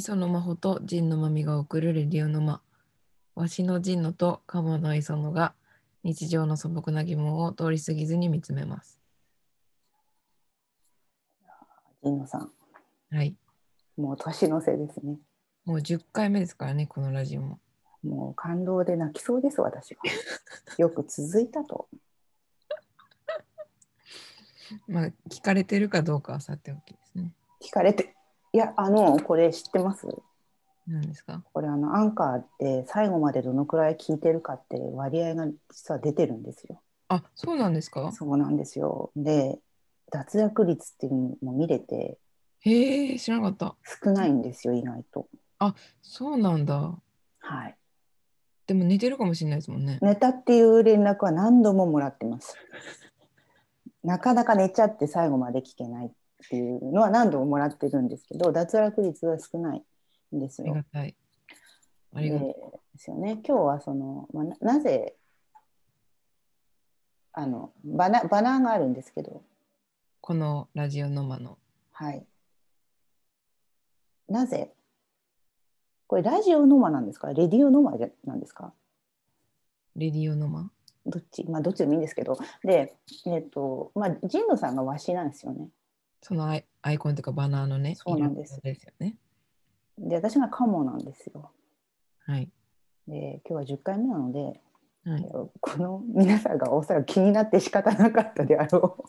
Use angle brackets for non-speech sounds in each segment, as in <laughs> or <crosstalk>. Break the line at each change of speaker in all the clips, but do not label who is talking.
書の真帆と陣のまみが送るレディオの間。わしの陣野と鴨の磯野が日常の素朴な疑問を通り過ぎずに見つめます。
神野さん、
はい。
もう年のせいですね。
もう10回目ですからね、このラジオも。
もう感動で泣きそうです、私は。よく続いたと。
まあ、聞かれてるかどうかはさておきですね。
聞かれて、いや、あの、これ知ってます
何ですか
これあの、アンカーで最後までどのくらい聞いてるかって割合が実は出てるんですよ。
あ、そうなんですか
そうなんですよ。で、脱落率っていうのも見れて
へえ、知らなかった。
少ないんですよ、意外と。
そうなんだ。
はい。
でも寝てるかもしれないですもんね。
寝たっていう連絡は何度ももらってます。なかなか寝ちゃって最後まで聞けないっていうのは何度ももらってるんですけど、脱落率は少ないんです
ありが
よ。
たい。ありがたい。
でですよね。今日はその、まあ、ななぜあのバナバナーがあるんですけど、
このラジオの間の。
はい。なぜこれラジオノマなんですかレディオノマじゃなんですか
レディオの間
どっちまあどっちでもいいんですけどでえっ、とまあ神野さんがわしなんですよね
そのアイアイコンというかバナーのね、
そうなんです
イラストですよね。
で私がカモなんですよ
はい。
で今日は10回目なので
はい、
この皆さんがおそらく気になって仕方なかったであろ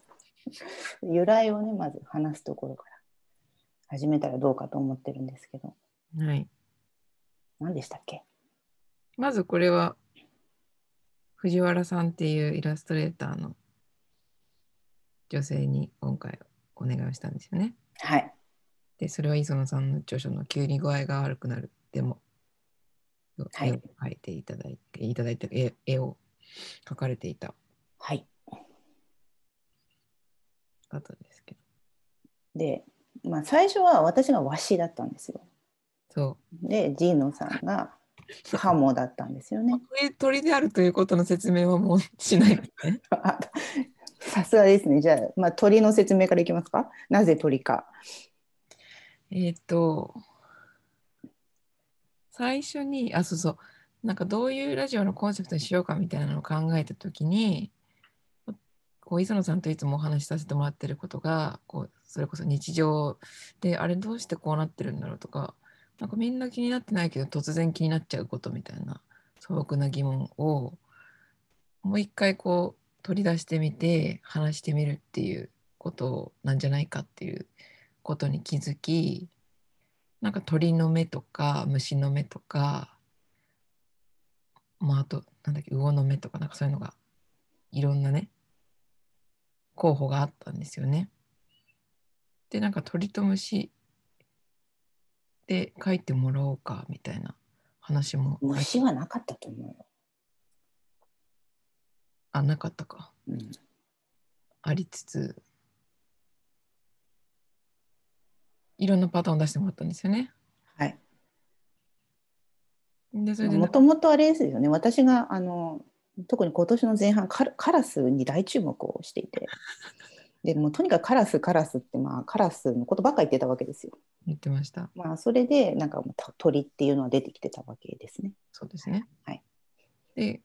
う <laughs> 由来をねまず話すところから始めたらどうかと思ってるんですけど
はい。
何でしたっけ
まずこれは、藤原さんっていうイラストレーターの女性に今回お願いをしたんですよね。
はい
で、それは磯野さんの著書の急に具合が悪くなる。でも、
はい
絵を描いていただいて、いただいた絵絵を描かれていた
はい
方ですけど。
で、まあ、最初は私がわしだったんですよ
そう。
で神野さんがカモだったんですよね
鳥鳥であるということの説明はもうしないですね。
あ <laughs> さすがですね。じゃあ、まあ、鳥の説明からいきますか。なぜ鳥か。
えっ、と、最初に、あ、そうそう、なんかどういうラジオのコンセプトにしようかみたいなのを考えたときに、こう磯野さんといつもお話しさせてもらってることが、こうそれこそ日常で、あれどうしてこうなってるんだろうとか、なんかみんな気になってないけど突然気になっちゃうことみたいな素朴な疑問をもう一回こう取り出してみて話してみるっていうことなんじゃないかっていうことに気づきなんか鳥の目とか虫の目とかまああとなんだっけ魚の目とかなんかそういうのがいろんなね候補があったんですよね。でなんか鳥と虫で書いてもらおうかみたいな話も
虫はなかったと思
あなかったか。
うよ。うん、
ありつついろんなパターンを出してもらったんですよね。
はい。
でそれで
もともとあれですよね。私があの特に今年の前半カラカラスに大注目をしていて、でもうとにかくカラスカラスってまあカラスのことばっかり言ってたわけですよ。
言ってました。
まあそれでなんかもうた鳥っていうのは出てきてたわけですね。
そうですね。
はい、
で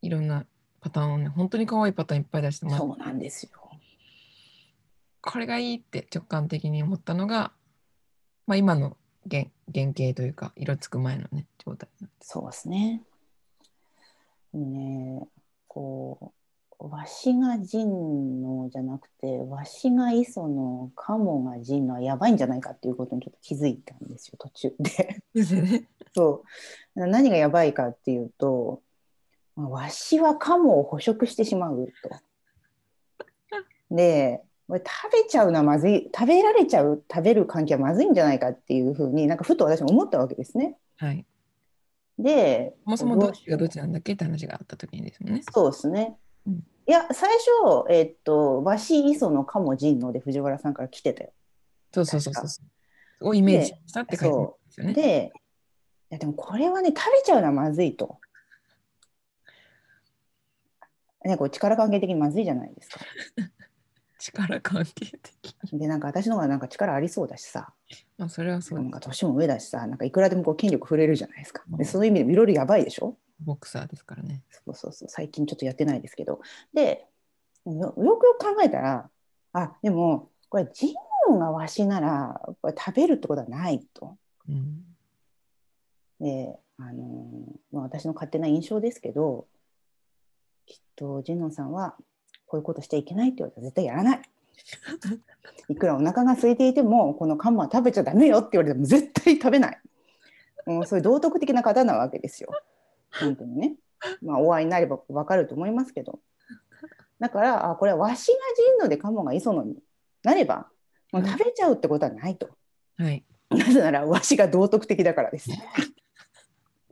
いろんなパターンをね本当に可愛いパターンいっぱい出してもらって
そうなんですよ。
これがいいって直感的に思ったのが、まあ、今の原原型というか色つく前のね状態なんです。
そうですね。でもね、こう、わしが陣のじゃなくて、わしが磯のカモが陣のはやばいんじゃないかっていうことにちょっと気づいたんですよ、途中で。 <laughs>
ですよね。
そう。何がやばいかっていうと、まあわしはカモを捕食してしまうと。で、これ食べちゃうのはまずい、食べられちゃう、食べる関係はまずいんじゃないかっていうふうになんかふと私も思ったわけですね。
はい。
で、
そもそもどっちがどっちなんだっけって話があった時にですもんね。
そうですね。
うん
いや最初、えっと、わし磯のかも陣ので藤原さんから来てたよ。
そうそうそうそうそう。をイメージしたって書いてあるんですよね。
で、いやでもこれはね、食べちゃうのはまずいと。ね、こう力関係的にまずいじゃないですか。
力関係的。
でなんか私の方がなんか力ありそうだしさ
まあ、それはそう
なん
で
か年も上だしさなんかいくらでもこう権力振れるじゃないですか
うん
でそういう意味でもいろいろやばいでしょ
す。ボクサーですからね。
そうそうそう最近ちょっとやってないですけどでよよくよく考えたらあでもこれジムがわしならこれ食べるってことはないと。
うん。
で、あのーまあ、私の勝手な印象ですけどきっとジンノンさんはこういうことしちゃいけないって言われたら絶対やらない。いくらお腹が空いていてもこのカンマは食べちゃダメよって言われても絶対食べない。もうそういう道徳的な方なわけですよ。本当にね。まあお会いになればわかると思いますけど。だからあこれはわしが人のでカモが磯野になればもう食べちゃうってことはないと。
はい。
なぜならわしが道徳的だからです。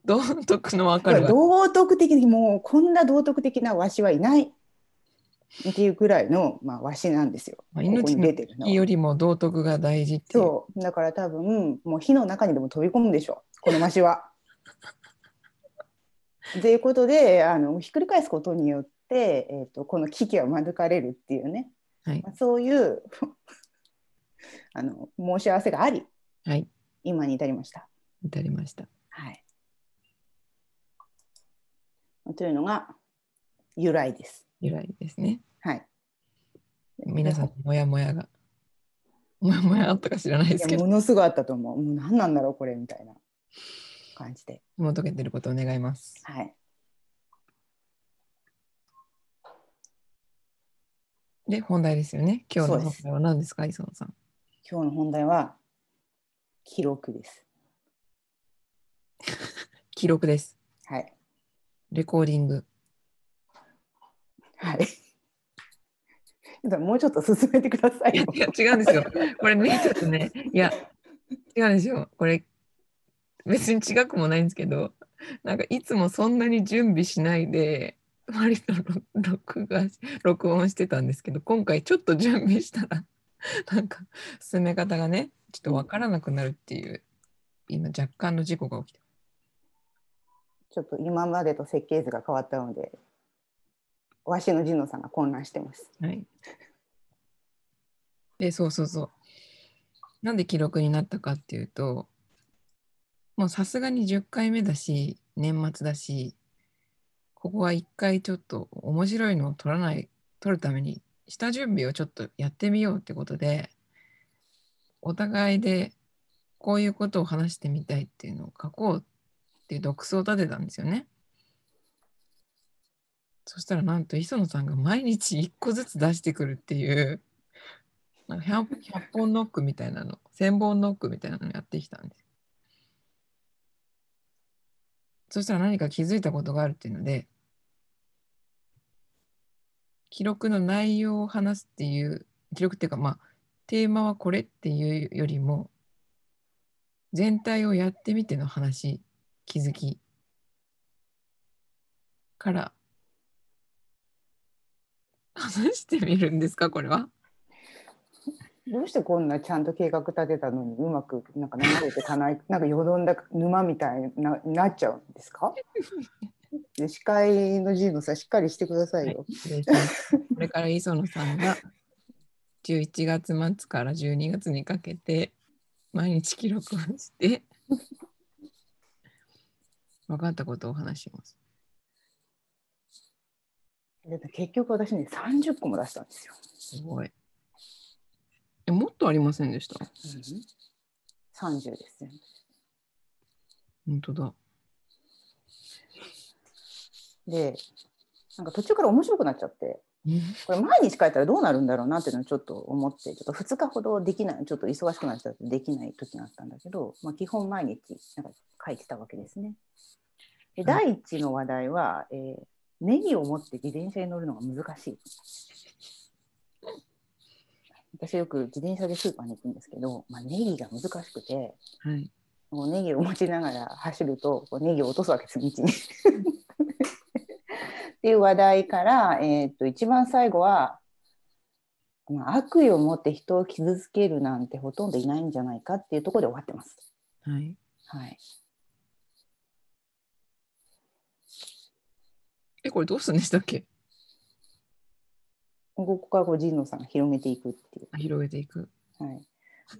道徳のわかるわ。
道徳的にもうこんな道徳的なわしはいないっていうぐらいの、まあ、わしなんですよ。
まあ、
ここ
命
に
の
出てるのは
気よりも道徳が大事っていう。
そうだから多分もう火の中にでも飛び込むでしょうこのマシは。ということであのひっくり返すことによって、えー、とこの危機は免れるっていうね、
はい
まあそういう <laughs> あの申し合わせがあり
はい。
今に至りました。
至りました。
はい、というのが由来です。
由来ですね。
はい、
皆さん、もやもやが。もやもやあったか知らないです
い
け
や
ど、
ものすごいあったと思う。もう何なんだろうこれみたいな感じで。
紐解けてることを願います。
はい
で、本題ですよね。今日の
そう
本
です
題は何ですか、磯野さん。
今日の本題は記録です。
記録です。
はい。
レコーディング。
はい。だからもうちょっと進めてくださいよ。
いや、違うんですよ。これね、ちょっとね、いや、違うんですよ。これ、別に違くもないんですけど、なんかいつもそんなに準備しないで、割と録録画し、録音してたんですけど、今回ちょっと準備したら、なんか進め方がね、ちょっとわからなくなるっていう、今若干の事故が起きて
ちょっと今までと設計図が変わったので、わしの神野さんが混乱してます。
はい。で、そうそうそう。なんで記録になったかっていうと、もうさすがに10回目だし、年末だし、ここは一回ちょっと面白いのを撮らない、撮るために、下準備をちょっとやってみようってことで、お互いでこういうことを話してみたいっていうのを書こうっていう独走を立てたんですよね。そしたらなんと磯野さんが毎日1個ずつ出してくるっていうなんか 100, 100本ノックみたいなの1000本ノックみたいなのやってきたんですよそしたら何か気づいたことがあるっていうので記録の内容を話すっていう記録っていうかまあテーマはこれっていうよりも全体をやってみての話気づきから話してみるんですかこれは
どうしてこんなちゃんと計画立てたのにうまくなんか流れてかない、 <laughs> なんかよどんだ沼みたいにななっちゃうんですかで司会の神野さん、しっかりしてくださいよ。
失礼します <laughs> これから磯野さんが11月末から12月にかけて毎日記録をして分かったことをお話しします。
だって結局私ね、30個も出したんですよ。
すごい。えもっとありませんでした
うん、30ですね。
本当だ。
で、なんか途中から面白くなっちゃって。これ毎日書いたらどうなるんだろうなっていうのをちょっと思ってちょっと2日ほどできないちょっと忙しくなっちゃってできない時があったんだけど、まあ、基本毎日なんか書いてたわけですね。で
うん
第一の話題は、えーネギを持って自転車に乗るのが難しい。私よく自転車でスーパーに行くんですけど、まあ、ネギが難しくて
はい。
もうネギを持ちながら走るとこうネギを落とすわけです道に。 <laughs> っていう話題から、えーっと一番最後は、まあ、悪意を持って人を傷つけるなんてほとんどいないんじゃないかっていうところで終わってます。
はい。
はい、
え、これどうするんでしたっけ
えここからこう神野さんが広めていくっていう。
広げていく。
はい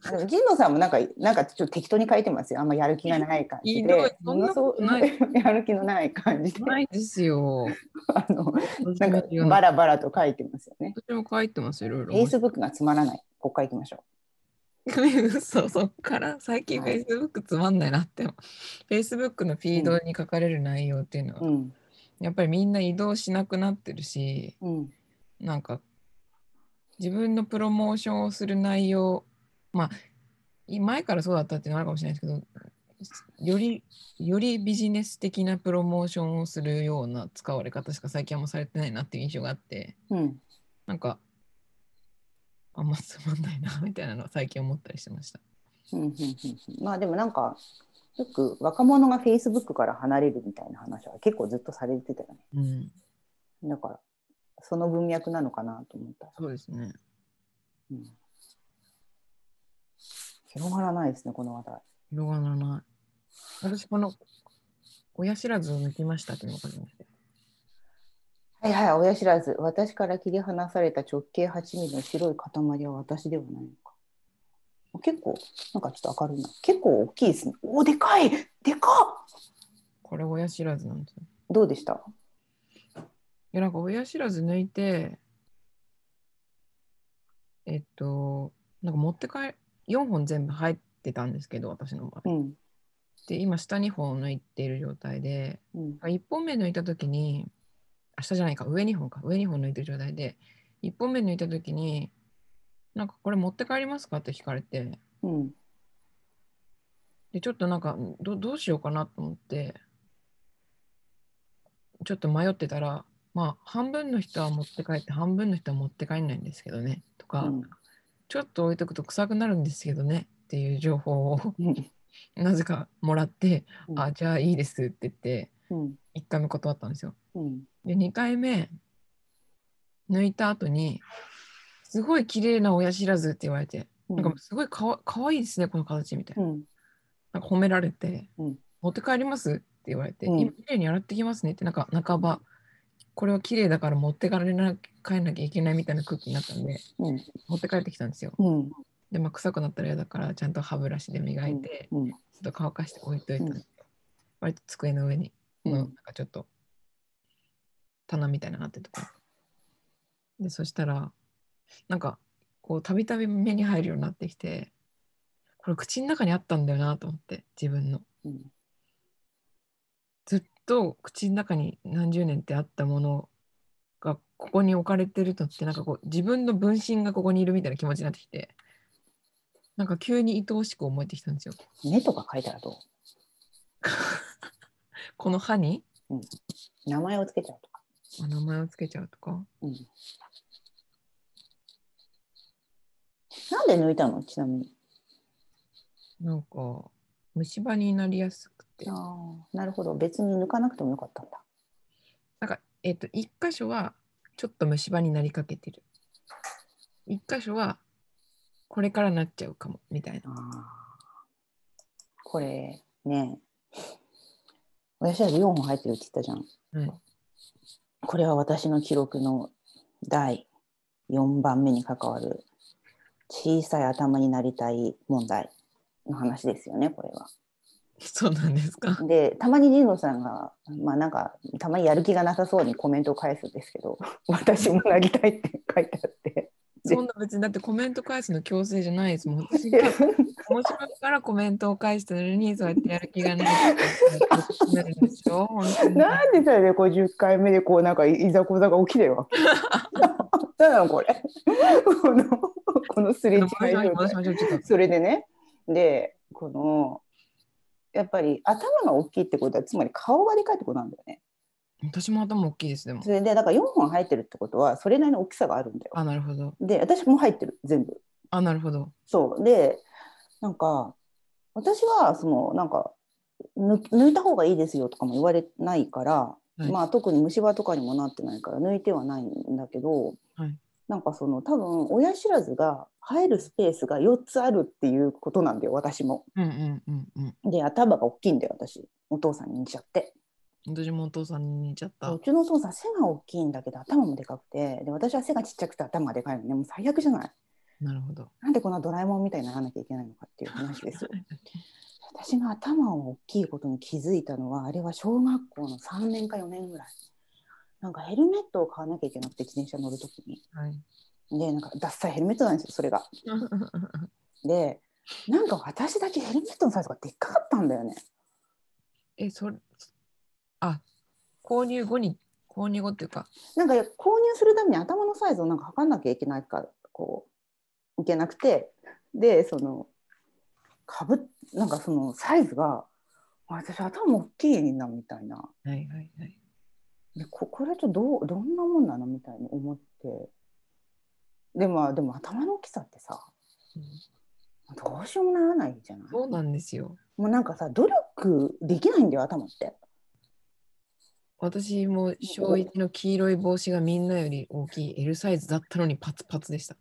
あの神野さんもなんか、なんかちょっと適当に書いてますよ。あんまやる気がない感じ
ひ
で
どい。そんなことない
ものすごやる気のない <laughs> 感じで、
ないですよ。
あの、な
なん
かバラバラと書いてますよね。
私も書いてますよ、いろい
Facebook がつまらない。ここから行きましょ
ろ。 <laughs> そう、そっから最近
はい
Facebook つまんないなって。Facebook のフィードに書かれる内容っていうのは、
う。うん。
やっぱりみんな移動しなくなってるし、
うん。
なんか自分のプロモーションをする内容、まあ、い前からそうだったっていうのはあるかもしれないですけど、よりよりビジネス的なプロモーションをするような使われ方しか最近はもうされてないなっていう印象があって、
うん。
なんか、あんまつまんないなみたいなのは最近思ったりしてました。
うんうんうんうんまあでもなんかよく若者がフェイスブックから離れるみたいな話は結構ずっとされてたよね
うん、
だからその文脈なのかなと思った、
そうですね。
うん広がらないですねこの話題
広がらない。私、この親知らずを抜きましたっていうのがありまして。
はいはい親知らず私から切り離された直径8ミリの白い塊は私ではないのか結構なんかちょっと明るいな結構大きいですねおーでかいでかっ
これ親知らずなんですよ。
どうでした
いやなんか親知らず抜いて、えっと、なんか持って帰4本全部入ってたんですけど、私の場合。
うん
で、今、下2本抜いている状態で、
うん
1本目抜いたときに、あ下じゃないか、上2本か、上2本抜いてる状態で、1本目抜いたときに、なんかこれ持って帰りますかって聞かれて、
うん
で、ちょっとなんかど、どうしようかなと思って、ちょっと迷ってたら、まあ、半分の人は持って帰って、半分の人は持って帰んないんですけどね、とか、
うん
ちょっと置いとくと臭くなるんですけどねっていう情報を <laughs>
うん
なぜかもらって、
うん
あ、じゃあいいですって言って、
うん
1回目断ったんですよ。
うん
で、2回目、抜いた後に、すごい綺麗な親知らずって言われて、
うん
なんかすごいかわかわいいですね、この形みたいな。
うん
なんか褒められて、
うん
持って帰りますって言われて、
うん
今綺麗に洗ってきますねってなんか半ばこれは綺麗だから持って帰らな帰んなきゃいけないみたいな空気になったんで
うん
持って帰ってきたんですよ
うん
で、まあ、臭くなったら嫌だからちゃんと歯ブラシで磨いて、
うん
ちょっと乾かして置いといたんですよ、割と机の上に、
うん
のなんかちょっと棚みたいなのがあってとかでそしたらなんかこうたびたび目に入るようになってきてこれ口の中にあったんだよなと思って自分の
うん
ずっと口の中に何十年ってあったものがここに置かれてるのってなんかこう自分の分身がここにいるみたいな気持ちになってきてなんか急に愛おしく思えてきたんですよ
目とか書いたらど
この歯に
う名前をつけちゃうとか。
まあ名前をつけちゃうとか
うんなんで抜いたのちなみに。
なんか虫歯になりやすくて
ああ、なるほど。別に抜かなくてもよかったんだ。
なんかえっ、と一箇所はちょっと虫歯になりかけてる一箇所はこれからなっちゃうかもみたいな
ああ。これね、親知らず4本入ってるって言ったじゃん。
はい
これは私の記録の第4番目に関わる小さい頭になりたい問題の話ですよね、これは。
<laughs> そうなんですか
でたまに神野さんがまあなんかたまにやる気がなさそうにコメントを返すんですけど <laughs> 「私もなりたい」って書いてあって
そんな別にだってコメント返すの強制じゃないです <laughs> もん。私が面白いからコメントを返してるのにそうやってやる気がないって
<laughs>
言ってなるんでしょ本当に
<laughs> なんでそれでこう10回目でこうなんかいいざこざが起きてる <laughs> わけ何なのこれ <laughs> このこのすれ違い
戻しましょう戻しま
状態
しょうちょっと
それでねでこのやっぱり頭が大きいってことはつまり顔がでかいってことなんだよね
私も頭大きいですでも
それでだから4本入ってるってことはそれなりの大きさがあるんだよ
あなるほど
で私も入ってる全部
あなるほど
そうでなんか私はそのなんか抜抜いた方がいいですよとかも言われないから、
い
まあ特に虫歯とかにもなってないから抜いてはないんだけど、
はい
なんかその多分親知らずが入るスペースが4つあるっていうことなんだよ私も。
うんうんうんうん
で頭が大きいんだよ私お父さんに似ちゃって。
私もお父さんに似ちゃった。
うちのお父さん背が大きいんだけど頭もでかくてで私は背がちっちゃくて頭がでかいのねもう最悪じゃない
なるほど。
なんでこんなドラえもんみたいにならなきゃいけないのかっていう話
<laughs>
ですよ私が頭が大きいことに気づいたのはあれは小学校の3年か4年ぐらいなんかヘルメットを買わなきゃいけなくて自転車乗るときに
はい。 <laughs>
でなんかダッサいヘルメットなんですよそれがでなんか私だけヘルメットのサイズがでっかかったんだよね
え、それ、あ、購入後に、購入後っていうか、
なんか購入するために頭のサイズをなんか測んなきゃいけないからこういけなくてでそのかぶなんかそのサイズがあ私頭大きいなみたいな
はいはいはい。
でここれちょっとどうどんなもんなのみたいに思ってでもでも頭の大きさってさどうしようもならないじゃない
そうなんですよ。
もうなんかさ努力できないんだよ頭って
私も小一の黄色い帽子がみんなより大きい L サイズだったのにパツパツでした。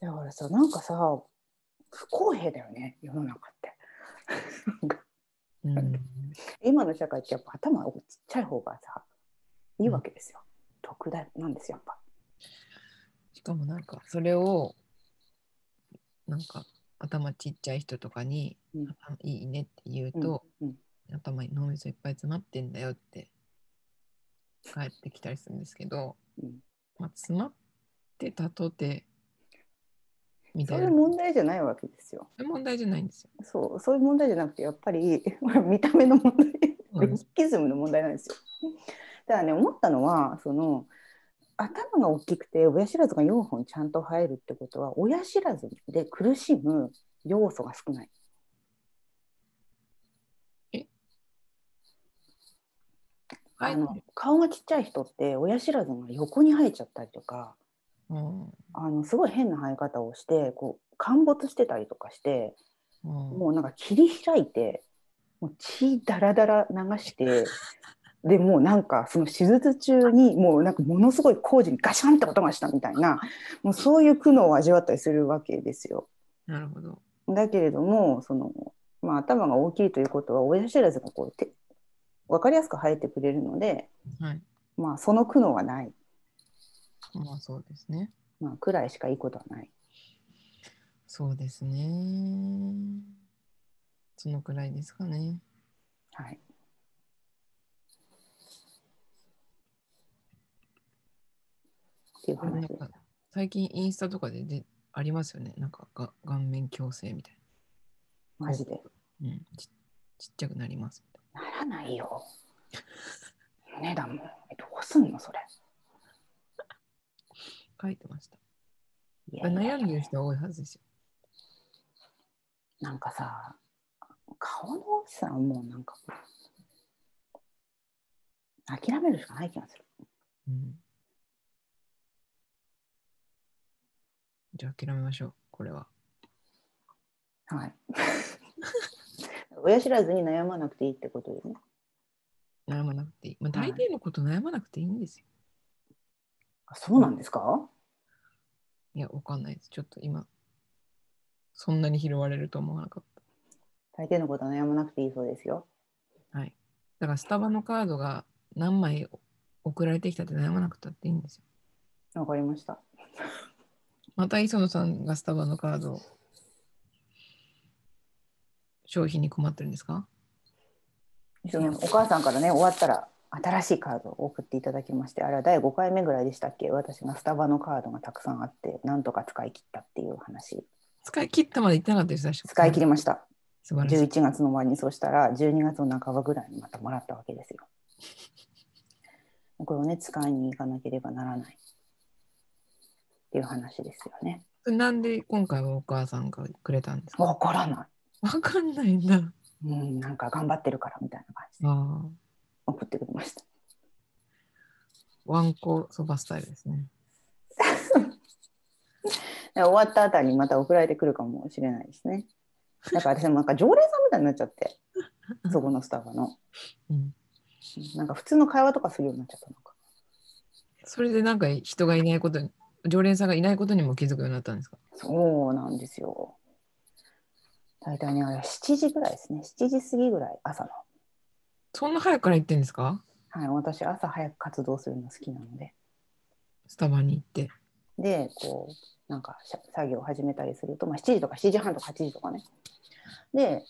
だからさなんかさ不公平だよね世の中って。
うん、
今の社会ってやっぱ頭がちっちゃい方がさいいわけですよ、特大なんですよやっぱ
しかもなんかそれをなんか頭ちっちゃい人とかに「
うん
頭いいね」って言うと、
うん
頭に脳みそいっぱい詰まってんだよって帰ってきたりするんですけど、
うん
まあ、詰まってたとてみた
そ
いう
い
な
う問題じゃないわけですよ
そういう問題じゃないんですよ。
そうそういう問題じゃなくてやっぱり <laughs> 見た目の問題 <laughs>
そうなん
ル
で
ッ
す
キズムの問題なんですよただね思ったのはその頭が大きくて親知らずが4本ちゃんと生えるってことは親知らずで苦しむ要素が少ない
は
あ
い、
の顔がちっちゃい人って親知らずが横に生えちゃったりとか
うん
あのすごい変な生え方をしてこう陥没してたりとかして
うん
もうなんか切り開いてもう血だらだら流してでもうなんかその手術中にもうなんかものすごい工事にガシャンって音がしたみたいなもうそういう苦悩を味わったりするわけですよ。
なるほど。
だけれどもその、まあ、頭が大きいということは親知らずがこうて分かりやすく生えてくれるので、
はい。
まあ、その苦悩はない、
まあそうですね。
まあ、くらいしかいいことはない。
そうですね。そのくらいですかね。
はい、っていう話
な
で
ん
す。
か最近インスタとかででありますよね。なんかが顔面矯正みたい
マジで。
な。うん、ちちっちゃくなりますみたい
ならないよ。お値段もえどうすんのそれ。
な。書いてました。
いやいや
悩んでる人は多いはずですよ。
なんかさ顔の大きさはもうなんか諦めるしかない気がする。
うん、じゃあ諦めましょう。これは。
<laughs> はい。親知らずに悩まなくていいってことですね。
悩まなくていい。まあ、
はい
大抵のこと悩まなくていいんですよ。
あそうなんですか、
い、や、わかんないです。ちょっと今、そんなに拾われると思わなかった。
大抵のことは悩まなくていいそうですよ。
はい。だからスタバのカードが何枚送られてきたって悩まなくたっていいんですよ。
わかりました。
また磯野さんがスタバのカードを消費に困ってるんですか
そのお母さんからね終わったら新しいカードを送っていただきましてあれは第5回目ぐらいでしたっけ私がスタバのカードがたくさんあってなんとか使い切ったっていう話
使い切ったまで言ってなかったです。最初
使い切りました
素晴らしい。
11月の終わりにそうしたら12月の半ばぐらいにまたもらったわけですよこれをね使いに行かなければならないっていう話ですよね
なんで今回はお母さんがくれたんですか
わからな
わかんないんだ。
いうんなんか頑張ってるからみたいな感じで
ああ、
送ってくれました
ワンコそばスタイルですね。
で終わったあたりにまた送られてくるかもしれないですね。だから私もなんか常連さんみたいになっちゃって、そこのスタッフの。
うん。
なんか普通の会話とかするようになっちゃったのか。
それでなんか人がいないことに、常連さんがいないことにも気づくようになったんですか
そうなんですよ。大体ね、あれ7時ぐらいですね。7時過ぎぐらい、朝の。
そんな早くから行ってんですか
はい、私朝早く活動するの好きなので。
スタバに行って。
でこうなんかしゃ作業を始めたりすると、まあ、7時とか7時半とか8時とかねで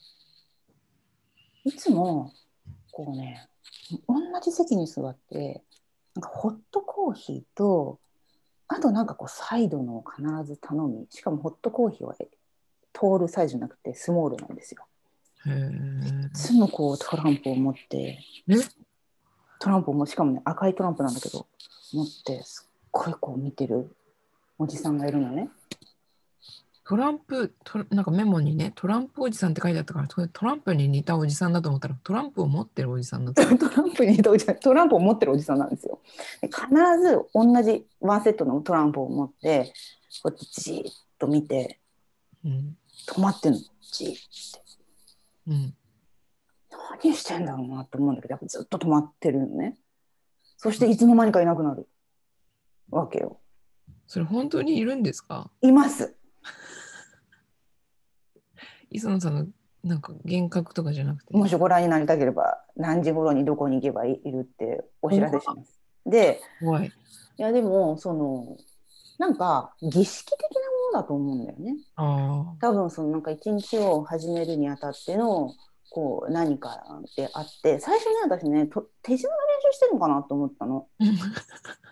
いつもこうね同じ席に座ってなんかホットコーヒーとあとなんかこうサイドのを必ず頼みしかもホットコーヒーはえトールサイズじゃなくてスモールなんですよ。
へえ。
いつもこうトランプを持って
え
トランプをもしかもね赤いトランプなんだけど持ってすっごいこう見てるおじさんがいるのね。
トランプトラ、なんかメモにね、トランプおじさんって書いてあったから、それトランプに似たおじさんだと思ったら、トランプを持ってるおじさん <laughs> だった。
<laughs> トランプに似たおじさんトランプを持ってるおじさんなんですよ。で必ず同じワンセットのトランプを持ってこうやってじーっと見て
うん。
止まってんのじーって
うん。
何してんだろうなと思うんだけどやっぱずっと止まってるのねそしていつの間にかいなくなるわけよ
それ本当にいるんですか
います
磯野さんのなんか幻覚とかじゃなくて。
もしご覧になりたければ何時頃にどこに行けばいいるってお知らせしますで
怖い。
いやでもそのなんか儀式的なものだと思うんだよね
ああ。
多分そのなんか一日を始めるにあたってのこう何かであって最初ね私ねと手順の練習してるのかなと思ったの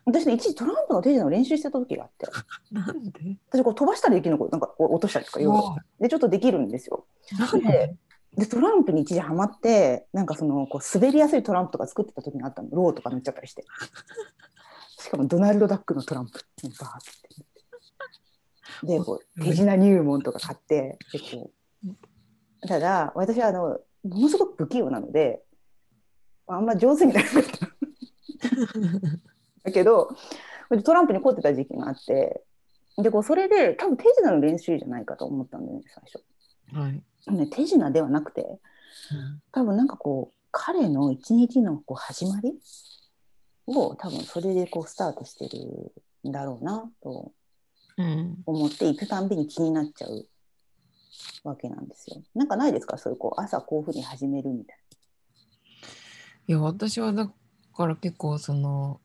私ね一時トランプの手順の練習してた時があって
<laughs> なんで
私こう飛ばしたりできるのこうなんかこう落としたりとかいろいろ
怖い
でちょっとできるんですよ
なんで
でトランプに一時ハマってなんかそのこう滑りやすいトランプとか作ってた時があったのローとか塗っちゃったりしてしかもドナルド・ダックのトランプっていうのバーってでこう手品入門とか買ってでこうただ私はあのものすごく不器用なのであんま上手にならなかっただけどトランプに凝ってた時期があってでこうそれで多分手品の練習じゃないかと思ったんだよね最初。
<laughs> はい。
ね、手品ではなくて多分なんかこう彼の一日のこう始まりを多分それでこうスタートしてるんだろうなと
うん。
思って行くたんびに気になっちゃうわけなんですよ。なんかないですかそういうこう朝こういうふうに始めるみたい
いや、私はだから結構その、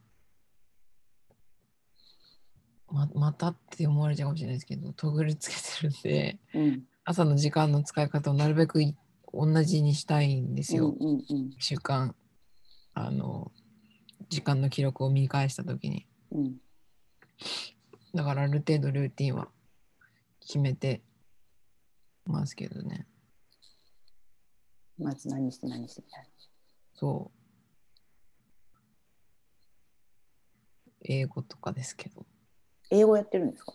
ままたって思われちゃうかもしれないですけど、とぐりつけてるんで、
な。うん
朝の時間の使い方をなるべくい同じにしたいんです
う
よ。
んうんうん
習慣、あの、時間の記録を見返したときに。
うん
だからある程度ルーティンは決めてますけどね。
まず何して何してみたい
そう。英語とかですけど。
な。英語やってるんですか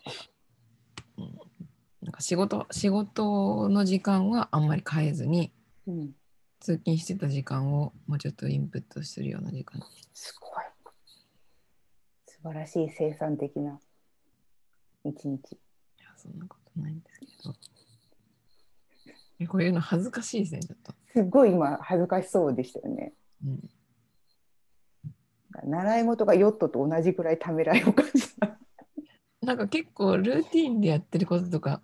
なんか仕事仕事の時間はあんまり変えずに
うん
通勤してた時間をもうちょっとインプットするような時間
すごい。素晴らしい生産的な一日。
いやそんなことないんですけどえこういうの恥ずかしいですねちょっと、
すごい今恥ずかしそうでしたよね。
うん、
習い事がヨットと同じくらいためらいを感じた。
なんか結構ルーティンでやってることとか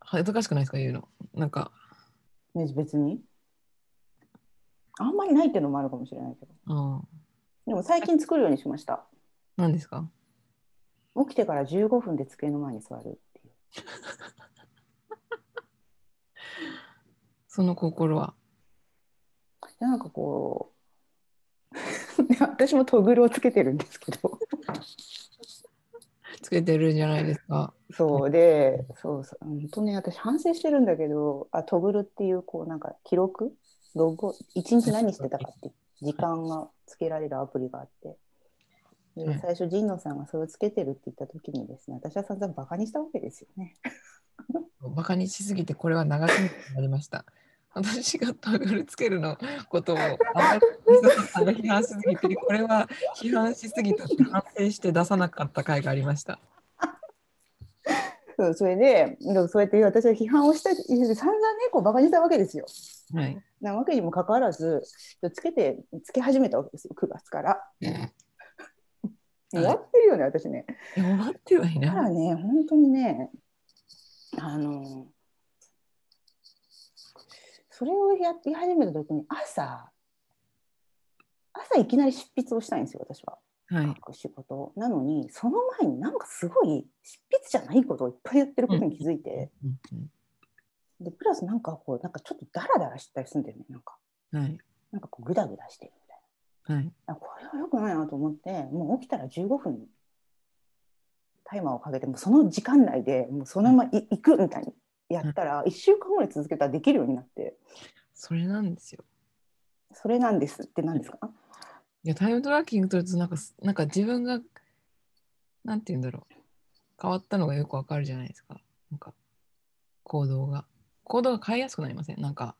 恥ずかしくないですか言うのなんか
ね、別に。あんまりないっていうのもあるかもしれないけど。
ああ
でも最近作るようにしました。
何ですか
起きてから15分で机の前に座るっていう。
その心は
でなんかこう、 <laughs> 私もトグルをつけてるんですけど。
つけてるじゃないですか
そうで、そうそう、本当ね、私反省してるんだけど、あ、トグルっていう、こう、なんか記録、ログを、一日何してたかって、時間がつけられるアプリがあって、で
はい
最初、神野さんがそれをつけてるって言った時にですね、私は散々バカにしたわけですよね。
バカにしすぎてこれは長くなりました。 <laughs> 私がタグルつけるのことをあまり水野さんが批判しすぎてこれは批判しすぎたって反省して出さなかった回がありました。
そうそれで、でもそうやって私は批判をした、散々ね、こう、バカにしたわけですよ。
はい。
なわけにもかかわらず、つけて、つけ始めたわけですよ、9月から。終わってるよね、私ね。
終わってはい
た
な
だ
い。
ね、本当にね、あの、それをやって始めた時に朝、朝いきなり執筆をしたいんですよ、私は。
はい
書。く仕事をなのに、その前になんかすごい執筆じゃないことをいっぱいやってることに気づいて、
うんう
で、プラスなんかこう、なんかちょっとダラダラしてたりするんだよね、なんか。
んはい。
なんかこう、グダグダしてるみたい
はい。
な。あこれは良くないなと思って、もう起きたら15分、タイマーをかけて、もうその時間内で、もうそのままい行くみたいにやったら、1週間ぐらい続けたらできるようになって、
それなんですよ。
それなんですって何ですか
いや、タイムトラッキング取ると、なんか、なんか自分が、なんて言うんだろう。変わったのがよくわかるじゃないですか。なんか、行動が。行動が変えやすくなりませんなんか、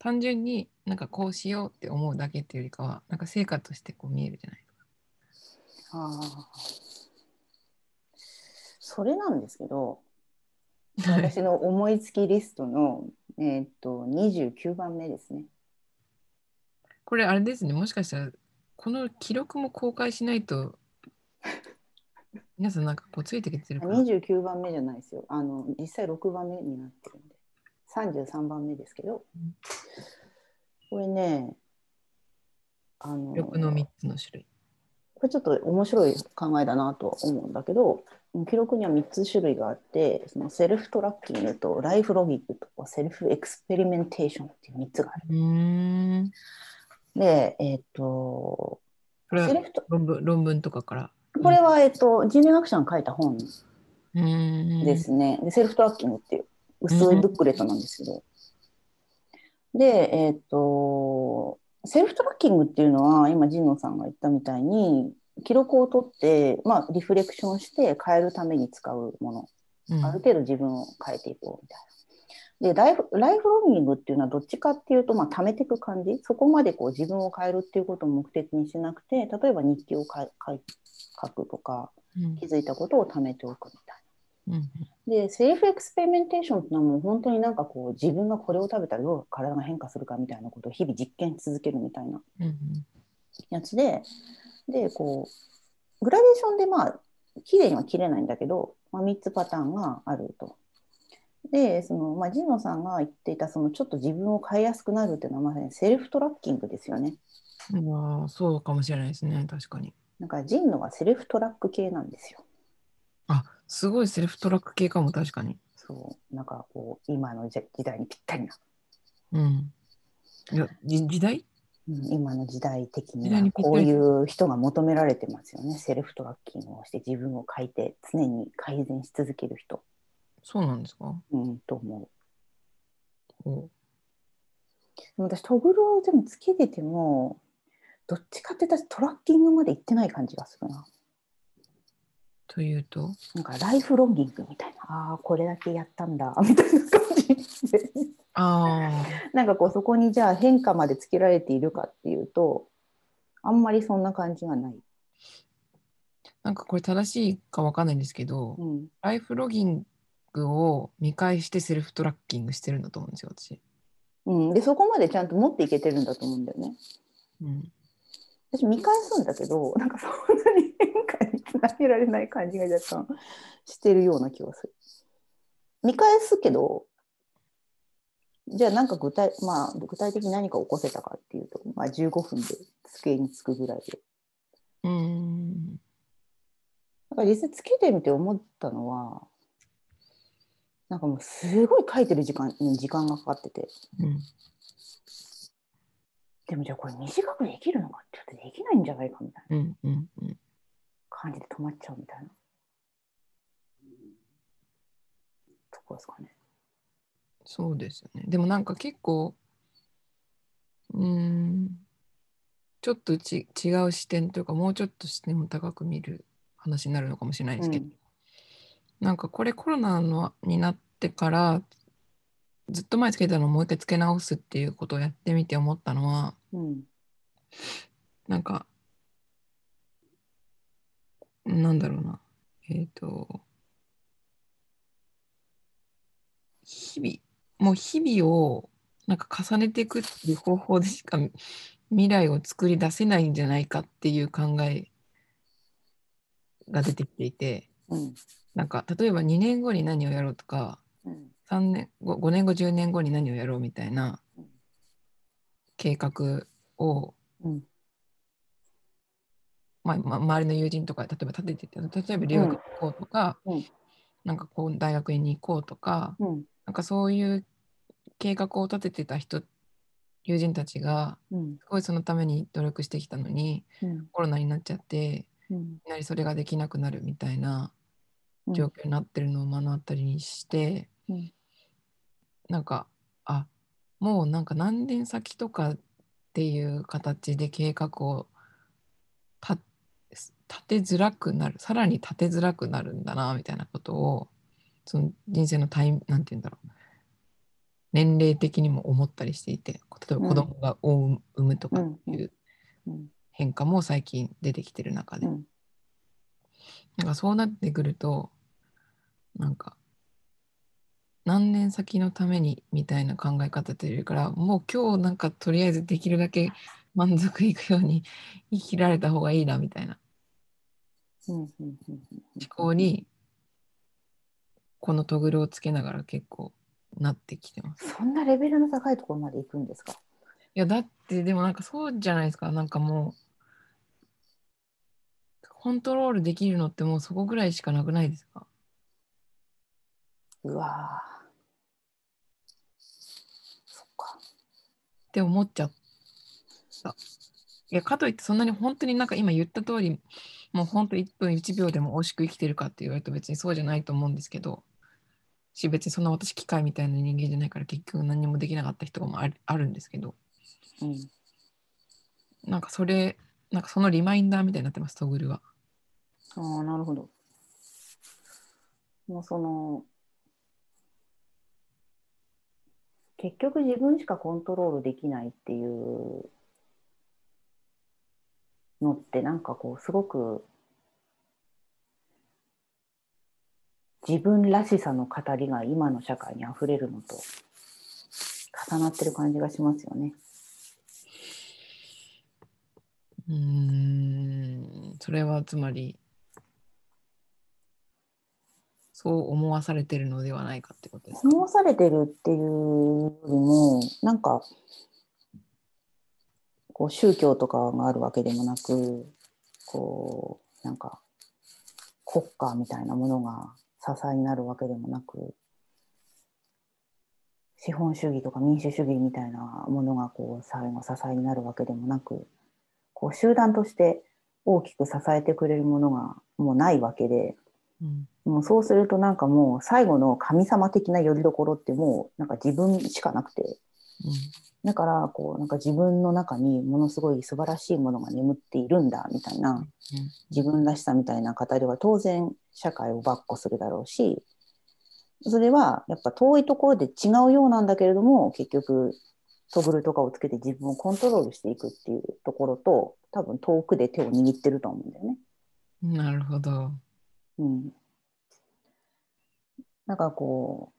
単純になんかこうしようって思うだけっていうよりかは、なんか成果としてこう見えるじゃないですか。
ああそれなんですけ <laughs> ど
はい
私の思いつきリストの、えーっと29番目ですね
これあれですね、もしかしたら、この記録も公開しないと、皆さんなんかこうついてきてる
あ
から、
29番目じゃないですよあの実際6番目になってるんで33番目ですけどこれねあの
記録の3つの種類。
これちょっと面白い考えだなとは思うんだけど記録には3つ種類があってそのセルフトラッキングとライフロギックとセルフエクスペリメンテーションっていう3つがある。
うーん。
で、えっ、と、
これ
セレ
は
クト
論文論文とかから。
これは、えっ、と、人類学者が書いた
う
本
ーん。
ですね。でセルフトラッキングっていう薄いブックレットなんですけど。で、えっ、と、セルフトラッキングっていうのは、今、神野さんが言ったみたいに、記録を取って、まあ、リフレクションして変えるために使うもの
うん。
ある程度自分を変えていこうみたいな。でライフライフローニングっていうのはどっちかっていうと、まあ、貯めていく感じそこまでこう自分を変えるっていうことを目的にしなくて例えば日記をかいかい書くとか
うん
気づいたことを貯めておくみたい
うん
な。でセルフエクスペリメンテーションっていうのはもう本当になんかこう自分がこれを食べたらどう体が変化するかみたいなことを日々実験し続けるみたいな
うん
やつででこうグラデーションでまあ綺麗には切れないんだけど、まあ、3つパターンがあると。でその、まあ、ジノさんが言っていたそのちょっと自分を変えやすくなるっていうのはまさにセルフトラッキングですよね。
うんまあそうかもしれないですね確かに
なんかジンノはセルフトラック系なんですよ。
あすごいセルフトラック系かも確かに
そうなんかこう今の時時代にぴったりな、
うんいやじ時代
うん今の時代的に
時代に
は
ぴった
こ
り
ういう人が求められてますよね。セルフトラッキングをして自分を変えて常に改善し続ける人、
そうなんですか
うん、と思う。
こ
でも私トグルをでもつけててもどっちかって言ったらトラッキングまで行ってない感じがするな
うというと
なんかライフロギングみたいなああーこれだけやったんだ <laughs> みたいな感じで
あ
なんかこうそこにじゃあ変化までつけられているかっていうとあんまりそんな感じがない、
ーなんかこれ正しいかわかんないんですけど
うん、
ライフロギングを見返してセルフトラッキングしてるんだと思うんですよ私、
うん、でそこまでちゃんと持っていけてるんだと思うんだよね
うん、
私見返すんだけど <laughs> なんかそんなに変化につなげられない感じが若干してるような気がする見返すけどじゃあなんか具体,、まあ、具体的に何か起こせたかっていうと、まあ、15分で机につくぐらいで
うーん
なんか実際つけてみて思ったのはなんかもうすごい書いてる時間に時間がかかってて
うん
でもじゃあこれ短くできるのかちょっとできないんじゃないかみたいな
うんうんうん
感じで止まっちゃうみたいなとこですかね。
そうですよね。でもなんか結構、うーん、ちょっとち違う視点というか、もうちょっと視点を高く見る話になるのかもしれないですけど、なんかこれコロナのになってから、ずっと前つけてたのをもう一回つけ直すっていうことをやってみて思ったのは、
うん
なんか、なんだろうな。えっ、と、日々、もう日々をなんか重ねていくっていう方法でしかみ未来を作り出せないんじゃないかっていう考えが出てきていて、
うん
なんか例えば2年後に何をやろうとか、
うん
3年5、5年後、10年後に何をやろうみたいな計画を
うん
まあまあ、周りの友人とか例えば立ててて例えば留学行こうとか、
うんうん
なんかこう大学院に行こうとか
うん
なんかそういう計画を立ててた人友人たちが
うん
すごいそのために努力してきたのに
うん
コロナになっちゃってい
うん
きなりそれができなくなるみたいな状況になってるのを目の当たりにして、
うん
なんかあもうなんか何年先とかっていう形で計画を立立てづらくなるさらに立てづらくなるんだなみたいなことをその人生のタイムなんて言うんだろう年齢的にも思ったりしていて例えば子供がを産むとかっていう
うん
変化も最近出てきてる中で
う、ん
なんかそうなってくるとなんか何年先のためにみたいな考え方というよりからもう今日なんかとりあえずできるだけ満足いくように <laughs> 生きられた方がいいなみたいな
うんうんうん
思考にこのトグルをつけながら結構なってきてます。
そんなレベルの高いところまで行くんですか
いやだってでもなんかそうじゃないですかなんかもうコントロールできるのってもうそこぐらいしかなくないですか
うわーそっか
って思っちゃった。いやかといってそんなに本当になんか今言った通りもう本当1分1秒でも惜しく生きてるかって言われると別にそうじゃないと思うんですけどし別にそんな私機械みたいな人間じゃないから結局何にもできなかった人もあるあるんですけど
うん
なんかそれなんかそのリマインダーみたいになってますトグルは。
ああなるほどもうその結局自分しかコントロールできないっていうのってなんかこうすごく自分らしさの語りが今の社会にあふれるのと重なってる感じがしますよね。
うーんそれはつまりそう思わされてるのではないかってことですか。
思わされてるっていうよりもなんかこう宗教とかがあるわけでもなくこうなんか国家みたいなものが支えになるわけでもなく資本主義とか民主主義みたいなものがこう最後支えになるわけでもなくこう集団として大きく支えてくれるものがもうないわけで。
うん
もうそうするとなんかもう最後の神様的な拠り所ってもうなんか自分しかなくて
うん
だからこうなんか自分の中にものすごい素晴らしいものが眠っているんだみたいな
うん
自分らしさみたいな語りは当然社会を跋扈するだろうしそれはやっぱ遠いところで違うようなんだけれども結局トグルとかをつけて自分をコントロールしていくっていうところと多分遠くで手を握ってると思うんだよね。
なるほど。
うんなんかこ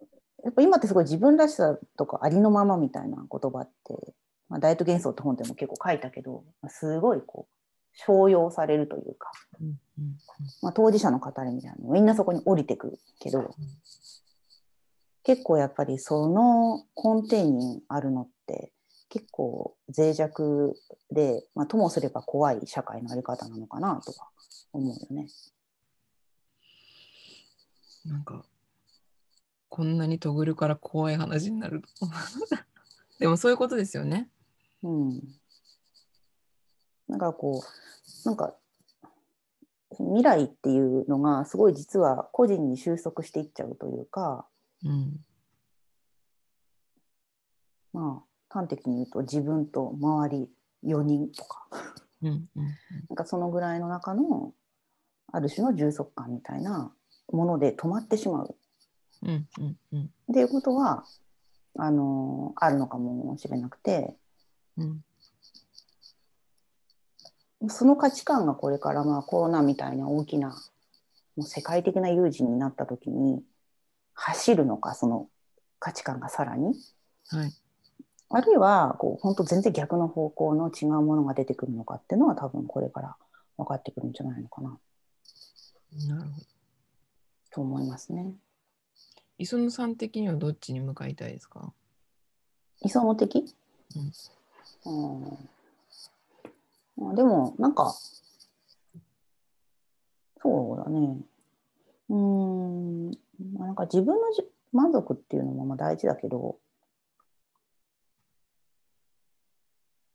う、やっぱ今ってすごい自分らしさとかありのままみたいな言葉って、まあ、ダイエット幻想って本でも結構書いたけど、まあすごいこう、商用されるというか、
うんうん
まあ、当事者の語りみたいなのみんなそこに降りてくるけど、結構やっぱりその根底にあるのって、結構脆弱で、まあ、ともすれば怖い社会のあり方なのかなとか思うよね。
なんかこんなにトグルから怖い話になると <laughs> でもそういうことですよね。
うん。なんかこう、なんか、未来っていうのがすごい実は個人に収束していっちゃうというか、
うん
まあ、端的に言うと自分と周り4人とか、
うんうん
なんかそのぐらいの中の、ある種の充足感みたいなもので止まってしまう。
うんうんうん
っていうことは、あのあるのかもしれなくて、
うん
その価値観がこれからまあコロナみたいな大きなもう世界的な有事になった時に走るのかその価値観がさらに
はい。
あるいはこう本当全然逆の方向の違うものが出てくるのかっていうのは多分これから分かってくるんじゃないのかな
なるほど。
と思いますね。
磯野さん的にはどっちに向かいたいですか
理想の敵
うん
うんあでも、なんか、そうだね。うーん、まあ、なんか自分のじ満足っていうのもまあ大事だけど、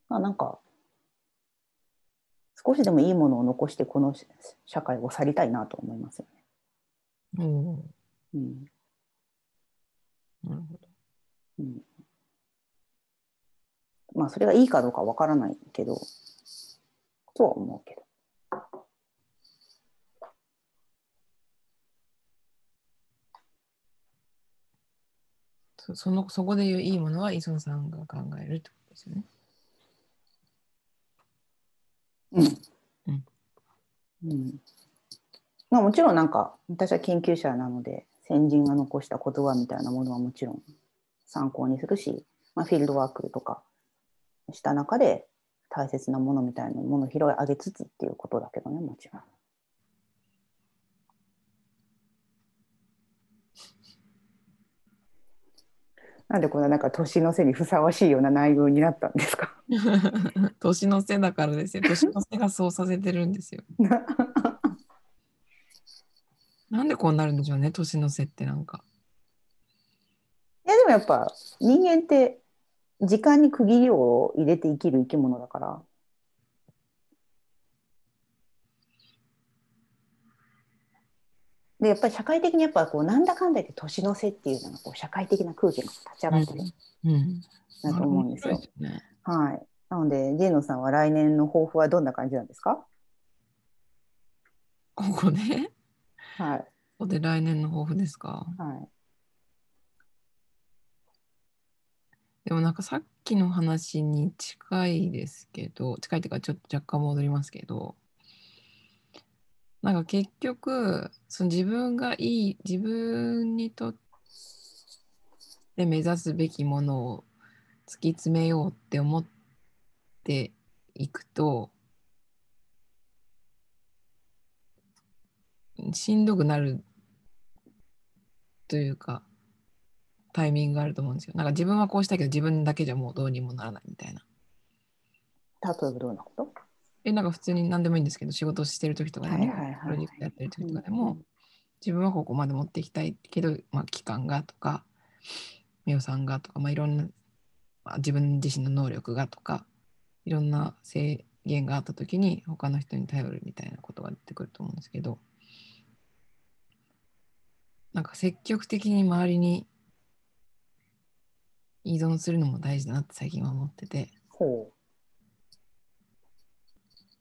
まあ、なんか、少しでもいいものを残して、このし社会を去りたいなと思いますよ
お
ね。
ー
うん
なるほど。
うん、まあ、それがいいかどうかわからないけど、とは思うけど。
そそのそこで言ういいものは磯野さんが考えるってことですよ <laughs> ね。
うん
うん
うんまあ、もちろんなんか私は研究者なので先人が残した言葉みたいなものはもちろん参考にするし、まあ、フィールドワークとかした中で大切なものみたいなものを拾い上げつつっていうことだけどねもちろん。なんでこんななんか年の瀬にふさわしいような内容になったんですか
年の瀬だからですよ。年の瀬がそうさせてるんですよ。なんでこうなるんでしょうね、年の瀬ってなんか。
いやでもやっぱ人間って時間に区切りを入れて生きる生き物だからでやっぱり社会的にやっぱこうなんだかんだ言って年の瀬っていうのがこう社会的な空気が立ち上がってる
うん。
なと思うんですよ
面白い。ですね。
はい、なのでジェイノさんは来年の抱負はどんな感じなんですか、
ここね。
はい
ここで来年の抱負ですか。
はい
でもなんかさっきの話に近いですけど、近いっていうかちょっと若干戻りますけど、なんか結局、その自分がいい、自分にとって目指すべきものを突き詰めようって思っていくと、しんどくなるというか、タイミングがあると思うんですよ。なんか自分はこうしたいけど自分だけじゃもうどうにもならないみたいな。
例えばどんなこと
えなんか普通に何でもいいんですけど仕事してる時とかでも、
はいはいはい
プロジェクトやってる時とかでも、自分はここまで持っていきたいけど、まあ、期間がとか予算がとか、まあ、いろんな、まあ、自分自身の能力がとかいろんな制限があった時に他の人に頼るみたいなことが出てくると思うんですけどなんか積極的に周りに依存するのも大事だなって最近は思ってて。
ほ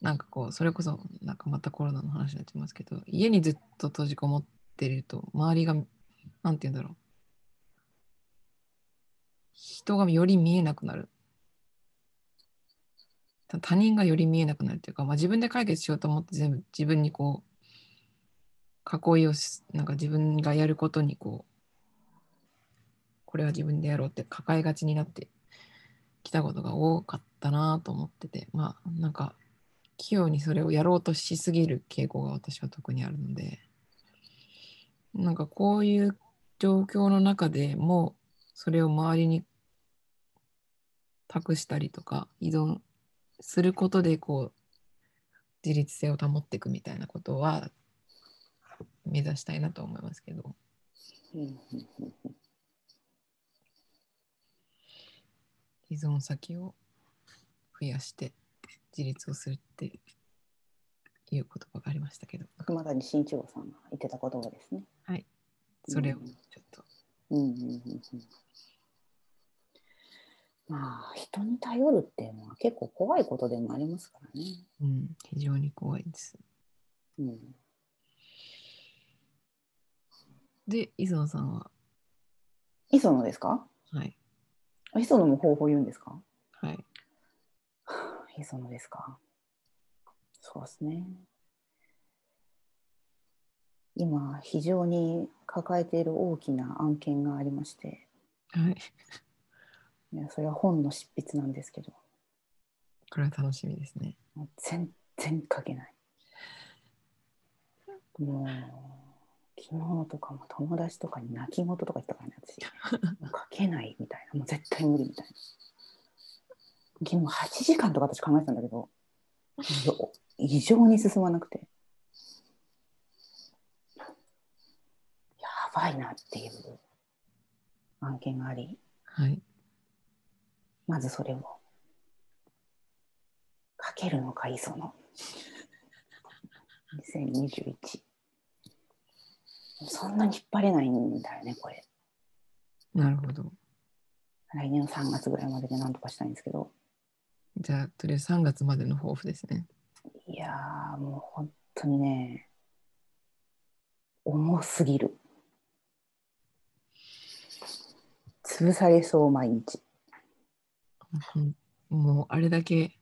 なんかこうそれこそなんかまたコロナの話になってますけど家にずっと閉じこもってると周りがなんて言うんだろう人がより見えなくなるた他人がより見えなくなるというか、まあ、自分で解決しようと思って全部自分にこう囲いをしなんか自分がやることにこうこれは自分でやろうって抱えがちになってきたことが多かったなと思っててまあなんか器用にそれをやろうとしすぎる傾向が私は特にあるのでなんかこういう状況の中でもそれを周りに託したりとか依存することでこう自立性を保っていくみたいなことは目指したいなと思いますけど
う、うん
依存先を増やして自立をするっていう言葉がありましたけど
熊谷慎一郎さんが言ってた言葉ですね。
それをちょっと
うんうんうんうんまあ人に頼るっていうのは結構怖いことでもありますからね。
うん、非常に怖いです。
うん、
で、磯野さんは、
磯野ですか
はい、
あ磯野も方法言うんですか
はい、
はあ磯野ですかそうですね。今非常に抱えている大きな案件がありまして
はい、 <laughs>
いやそれは本の執筆なんですけど
これは楽しみですね。
もう全然書けない。もう昨日とかも友達とかに泣き言とか言ったからね私もう書けないみたいなもう絶対無理みたいな昨日8時間とか私考えてたんだけど異常に進まなくてやばいなっていう案件があり
はい。
まずそれをかけるのかいその2021そんなに引っ張れないんだよねこれ
なるほど。
来年の3月ぐらいまででなんとかしたいんですけど
じゃあ、とりあえず3月までの抱負ですね。
いやーもう本当にね重すぎる潰されそう毎日
うんもう、あれだけ、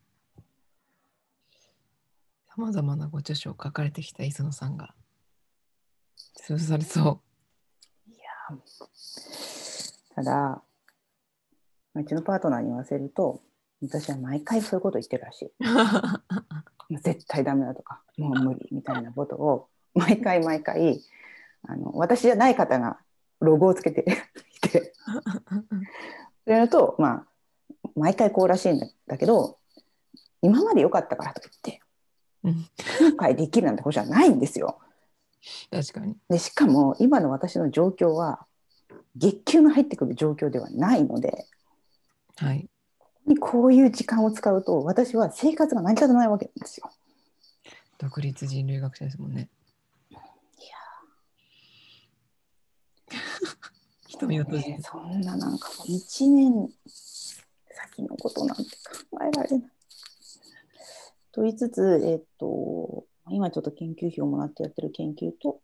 さまざまなご著書を書かれてきた磯野さんが、潰されそ。
ただうちのパートナーに言わせると私は毎回そういうこと言ってるらしいう
<laughs>
もう絶対ダメだとかもう無理みたいなことを毎回毎回あの私じゃない方がロゴをつけて <laughs> いてそれだとまあ毎回こうらしいんだけど今まで良かったからといって
うん
後悔できるなんてことじゃないんですよ。
確かに。
でしかも今の私の状況は月給が入ってくる状況ではないので
はい。
こういう時間を使うと私は生活が成り立たないわけなんですよ。
独立人類学者ですもんね。
いや
<laughs> 瞳を閉じ
ね
て。
そんななんかもう1年先のことなんて考えられない。と言いつつ、えっと、今ちょっと研究費をもらってやってる研究と、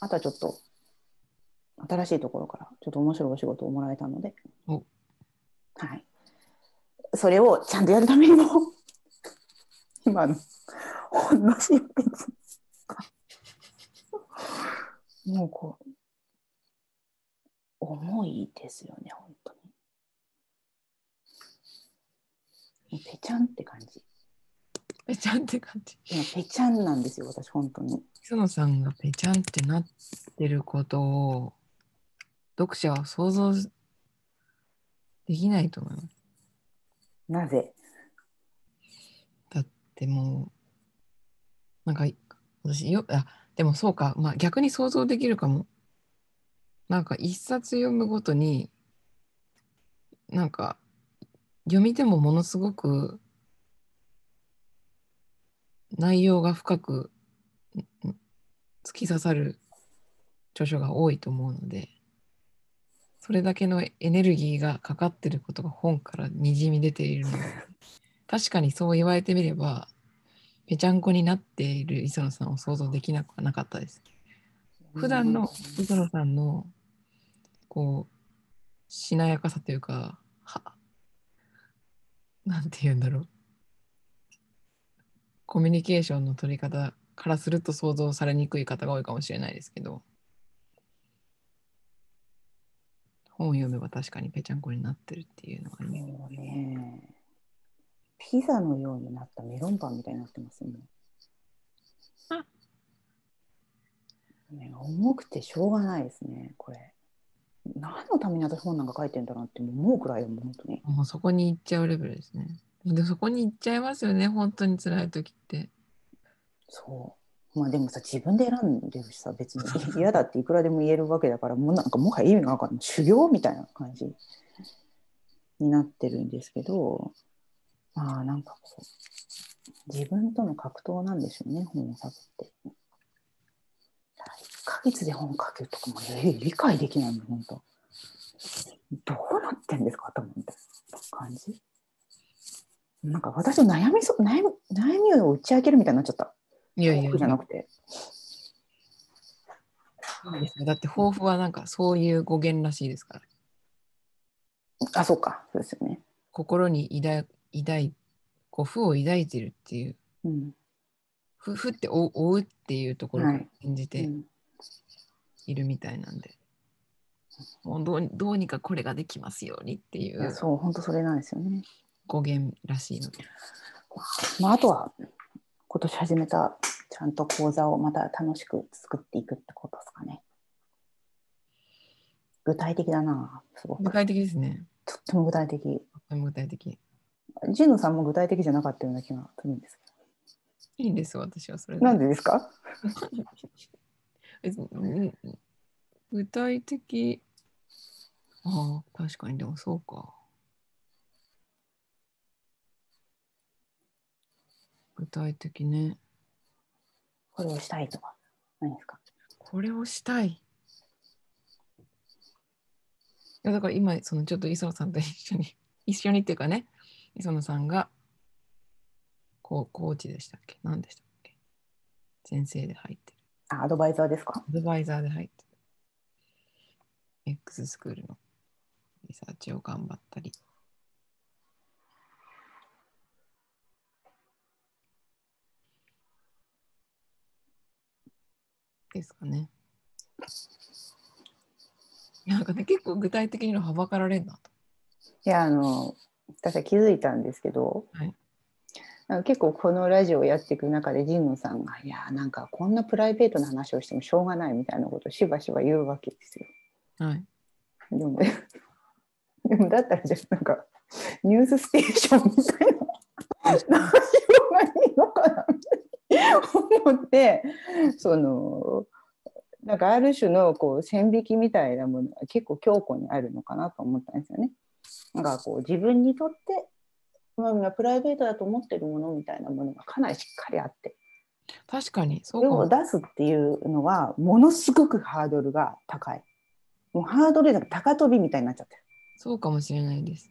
あとはちょっと新しいところからちょっと面白いお仕事をもらえたので、
お
はい。それをちゃんとやるためにも、 <laughs> 今のほんの執筆。 <laughs> もうこう、重いですよね、本当に。もうぺちゃんって感じ。
ぺちゃんって感じ。
今、ぺちゃんなんですよ、私、本当に。
磯野さんがぺちゃんってなってることを読者は想像できないと思います。
なぜ
でもなんか私よあでもそうか、まあ、逆に想像できるかも。なんか一冊読むごとになんか読み手もものすごく内容が深くんん突き刺さる著書が多いと思うのでそれだけのエネルギーがかかってることが本からにじみ出ているので確かにそう言われてみればぺちゃんこになっている磯野さんを想像できなくはなかったです。普段の磯野さんのこうしなやかさというかはなんて言うんだろうコミュニケーションの取り方からすると想像されにくい方が多いかもしれないですけど本を読めば確かにぺちゃんこになってるっていうのがね
もうね、ピザのようになったメロンパンみたいになってますね。
あ
ね重くてしょうがないですね、これ。何のために私本なんか書いてんだなって思うくらいよ、もう本当に。
もうそこに行っちゃうレベルですねでそこに行っちゃいますよね本当に辛い時って
そう。まあでもさ、自分で選んでるしさ、別に嫌だっていくらでも言えるわけだから、もうなんかもはや意味が分かんない。修行みたいな感じになってるんですけど、まあなんかこう、自分との格闘なんでしょうね、本を書くって。1ヶ月で本書けるとかもえー理解できないもん、本当。どうなってんですか、頭みたいな感じ。なんか私の悩みそ悩み悩みを打ち明けるみたいになっちゃった。
いやいや
じゃなくて。
そうですねだって抱負はなんかそういう語源らしいですから
あ、そうか。そうですよね。
心に抱い抱いこう負を抱いてるっていう
うん。
負負って追う追うっていうところ
は
を
い
演じて
うん
いるみたいなんで、もうどうどうにかこれができますようにってい
いや
う
そう、本当それなんですよね。
語源らしいので
まあ、あとは、今年始めた、ちゃんと講座をまた楽しく作っていくってことですかね。具体的だな、すごく。
具体的ですね
とっても具体的。
とっても具体的
ジノさんも具体的じゃなかったような気がするんです
いいんですよ、私はそれ
けど。なんでですか
別にうん具体的。ああ、確かに、でもそうか。具体的ね。
これをしたいとか。何ですか
これをしたい。いやだから今、そのちょっと磯野さんと一緒に、 <laughs> 一緒にっていうかね、磯野さんが、こう、コーチでしたっけ何でしたっけ先生で入ってる。
あアドバイザーですか
アドバイザーで入ってる。X スクールのリサーチを頑張ったり。ですかね。なんかね、結構具体的にのはばかられんなと。
いやあの私は気づいたんですけど、
はい
なんか結構このラジオをやっていく中で神野さんが「いやなんかこんなプライベートな話をしてもしょうがない」みたいなことをしばしば言うわけですよ。
はい。
でもでもだったらじゃあなんかニュースステーションみたいな内容がいいのかなって思ってそのなんかある種のこう線引きみたいなものが結構強固にあるのかなと思ったんですよね。なんかこう自分にとってまあプライベートだと思ってるものみたいなものがかなりしっかりあって
確かに、そ
そう
か
れを
も。
出すっていうのはものすごくハードルが高いもうハードルが高飛びみたいになっちゃってる
そうかもしれないです。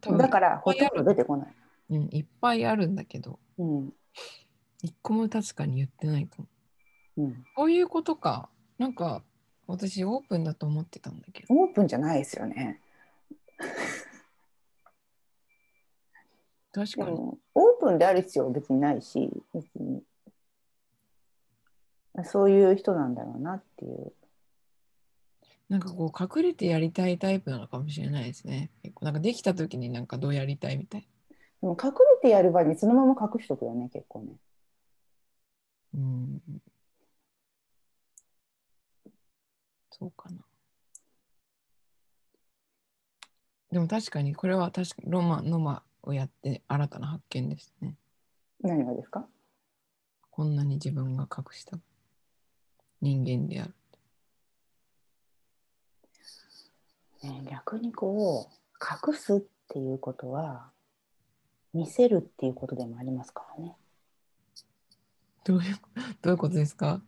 多分
だからほとんど出てこない。
うん、いっぱいあるんだけど、
うん
一個も確かに言ってないかも。
うん、
こういうことか。なんか、私、オープンだと思ってたんだけど。
オープンじゃないですよね。
確
で
かに。
もオープンである必要は別にないし別にそういう人なんだろうなっていう。
なんかこう、隠れてやりたいタイプなのかもしれないですね。結構なんかできた時になんかどうやりたいみたい
でも隠れてやる場合にそのまま隠しとくよね結構ね。
な。うん。そうかな。でも確かにこれは確かロマンノマをやって新たな発見でしたね。
何がですか
こんなに自分が隠した人間である。
ね逆にこう隠すっていうことは見せるっていうことでもありますからね。
どういうどういうことですか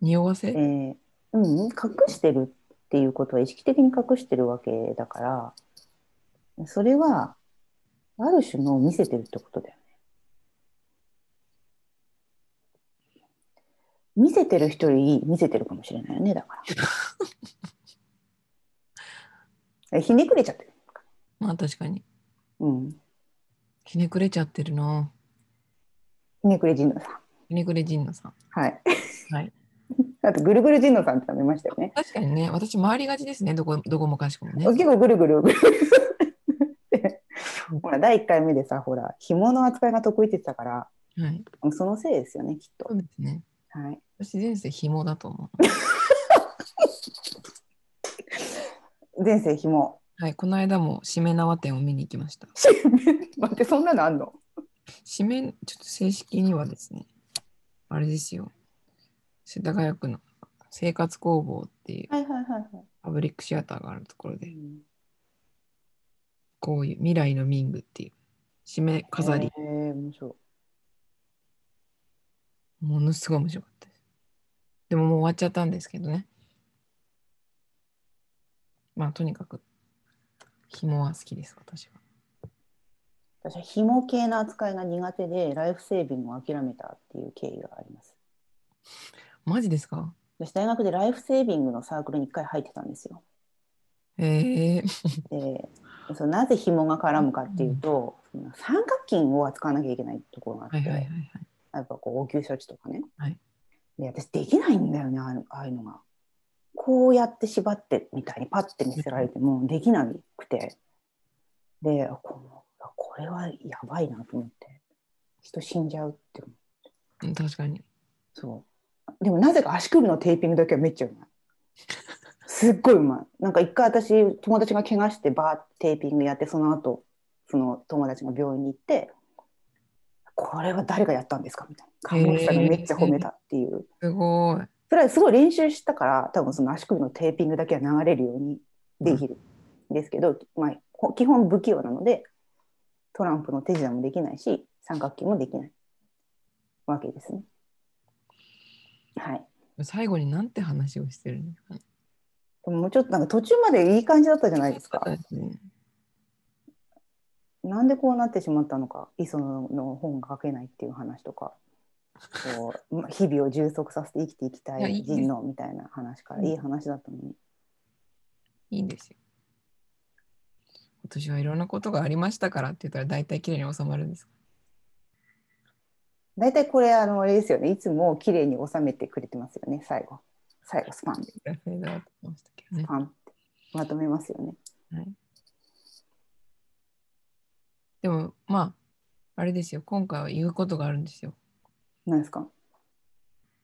匂わせ
えーうん、隠してるっていうことは意識的に隠してるわけだからそれはある種の見せてるってことだよね。見せてる人より見せてるかもしれないよねだから
<laughs>
え。ひねくれちゃってる。
まあ確かに。
うん、
ひねくれちゃってるな。
ひねくれ神野さん。
ひねくれ神野さん。
はい。
はい、
<laughs> あとぐるぐる神野さんって食べましたよね。
確かにね、私回りがちですね、どこどこもかしこもね。
結構ぐるぐるぐるぐる <laughs> ってほら第1回目でさほら紐の扱いが得意って言ってたから
はい、
そのせいですよねきっ
そ
と
う、ですね。
はい、
私前世紐だと思
前世紐
う。はい、この間もしめ縄展を見に行きました。
待ってそんなのあんの
しめ、ちょっと正式にはですね、あれですよ、世田谷区の生活工房っていう
はいはいはいは
パブリックシアターがあるところ
い
で、こういう未来の民具っていう、しめ飾り、
えー、面白い
ものすごい面白かったです。でももう終わっちゃったんですけどね。まあとにかく、紐は好きです、私は。
私は紐系の扱いが苦手でライフセービングを諦めたっていう経緯があります
マジですか
私大学でライフセービングのサークルに1回入ってたんですよ
ええ
でそのなぜ紐が絡むかっていうと、その三角巾を扱わなきゃいけないところがあって、
はいはいはいはい。
やっぱこう応急処置とかね、
はい
で私できないんだよねああいうああいうのがこうやって縛ってみたいにパッて見せられてもできなくてでこのこれはやばいなと思って人死んじゃうって思う
うん確かに。
そうでもなぜか足首のテーピングだけはめっちゃうまいすっごいうまいなんか一回私友達が怪我してバーってテーピングやってその後その友達が病院に行ってこれは誰がやったんですかみたいな看護師さんがめっちゃ褒めたっていう、
すごい。
それはすごい練習したから多分その足首のテーピングだけは流れるようにできるんですけど、まあ、ほ基本不器用なのでトランプの手品もできないし三角形もできないわけですね。はい、
最後になんて話をしてるのかな。
でももうちょっとなんか途中までいい感じだったじゃないですか。なんでこうなってしまったのか磯野の本が書けないっていう話とかこうま日々を充足させて生きていきた
いやいい
い
です
人のみたいな話から
うん
いい話だったのに、
いいんですよ。今年はいろんなことがありましたからって言ったら大体綺麗に収まるんです。
大体これあのあれですよねいつも綺麗に収めてくれてますよね最後最後スパンで
ラフェーダーって言ってましたけどね
ス。パンってまとめますよね
でもまああれですよ今回は言うことがあるんですよ。
なんですか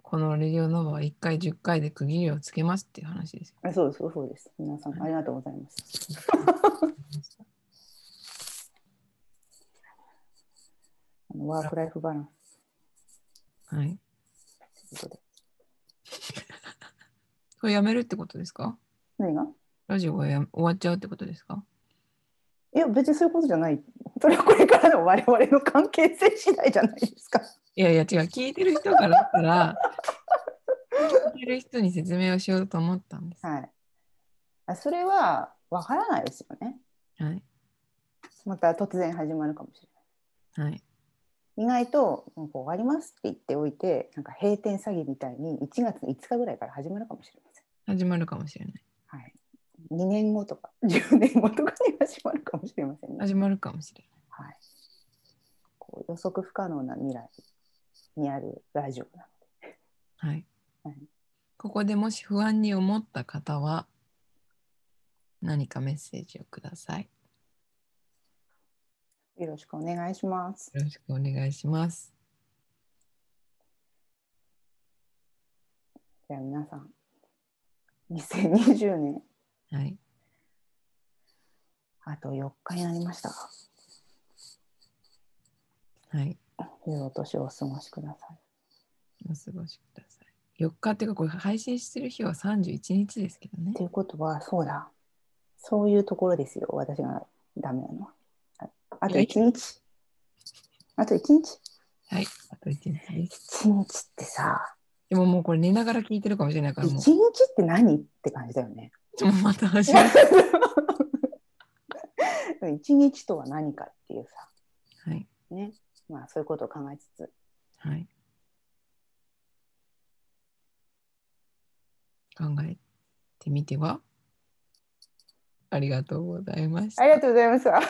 このレディオノバは1回10回で区切りをつけますっていう話ですよ。
あそうですそうです皆さんありがとうございますあのワークライフバラン
はい。
スということで
これやめるってことですか
何が
ラジオがや終わっちゃうってことですか
いや別にそういうことじゃないそれはこれからの我々の関係性次第じゃないですか
いやいや違う聞いてる人からしたら聞いてる人に説明をしようと思ったんです。
はいあそれはわからないですよね
はい。
また突然始まるかもしれない
はい。
意外となんか終わりますって言っておいてなんか閉店詐欺みたいに1月の5日ぐらいから始まるかもしれません。
始まるかもしれない。
はい、2年後とか10年 <laughs> 後とかに始まるかもしれませんね。
始まるかもしれない。
はい、こう予測不可能な未来にあるラジオな
はい。
はい
ここでもし不安に思った方は何かメッセージをください。
のでよろしくお願いします。
よろしくお願いします。
じゃあ皆さん2020年
はい。
あと4日になりました。
はい。
良いお年をお過ごしください。
お過ごしください。4日っていうか、これ配信してる日は31日ですけどね
と。いうことはそうだそういうところですよ私がダメなのはああと
え
一日あと一日
はい。あと1日です。
一日ってさ
でももうこれ寝ながら聞いてるかもしれないから、
一
もう
日って何って感じだよね
ちょっとまた始まる。
<laughs> 一日とは何かっていう
はい。
さねまあそういうことを考えつつ
はい。考えてみてはありがとうございました
あ。りがとうございました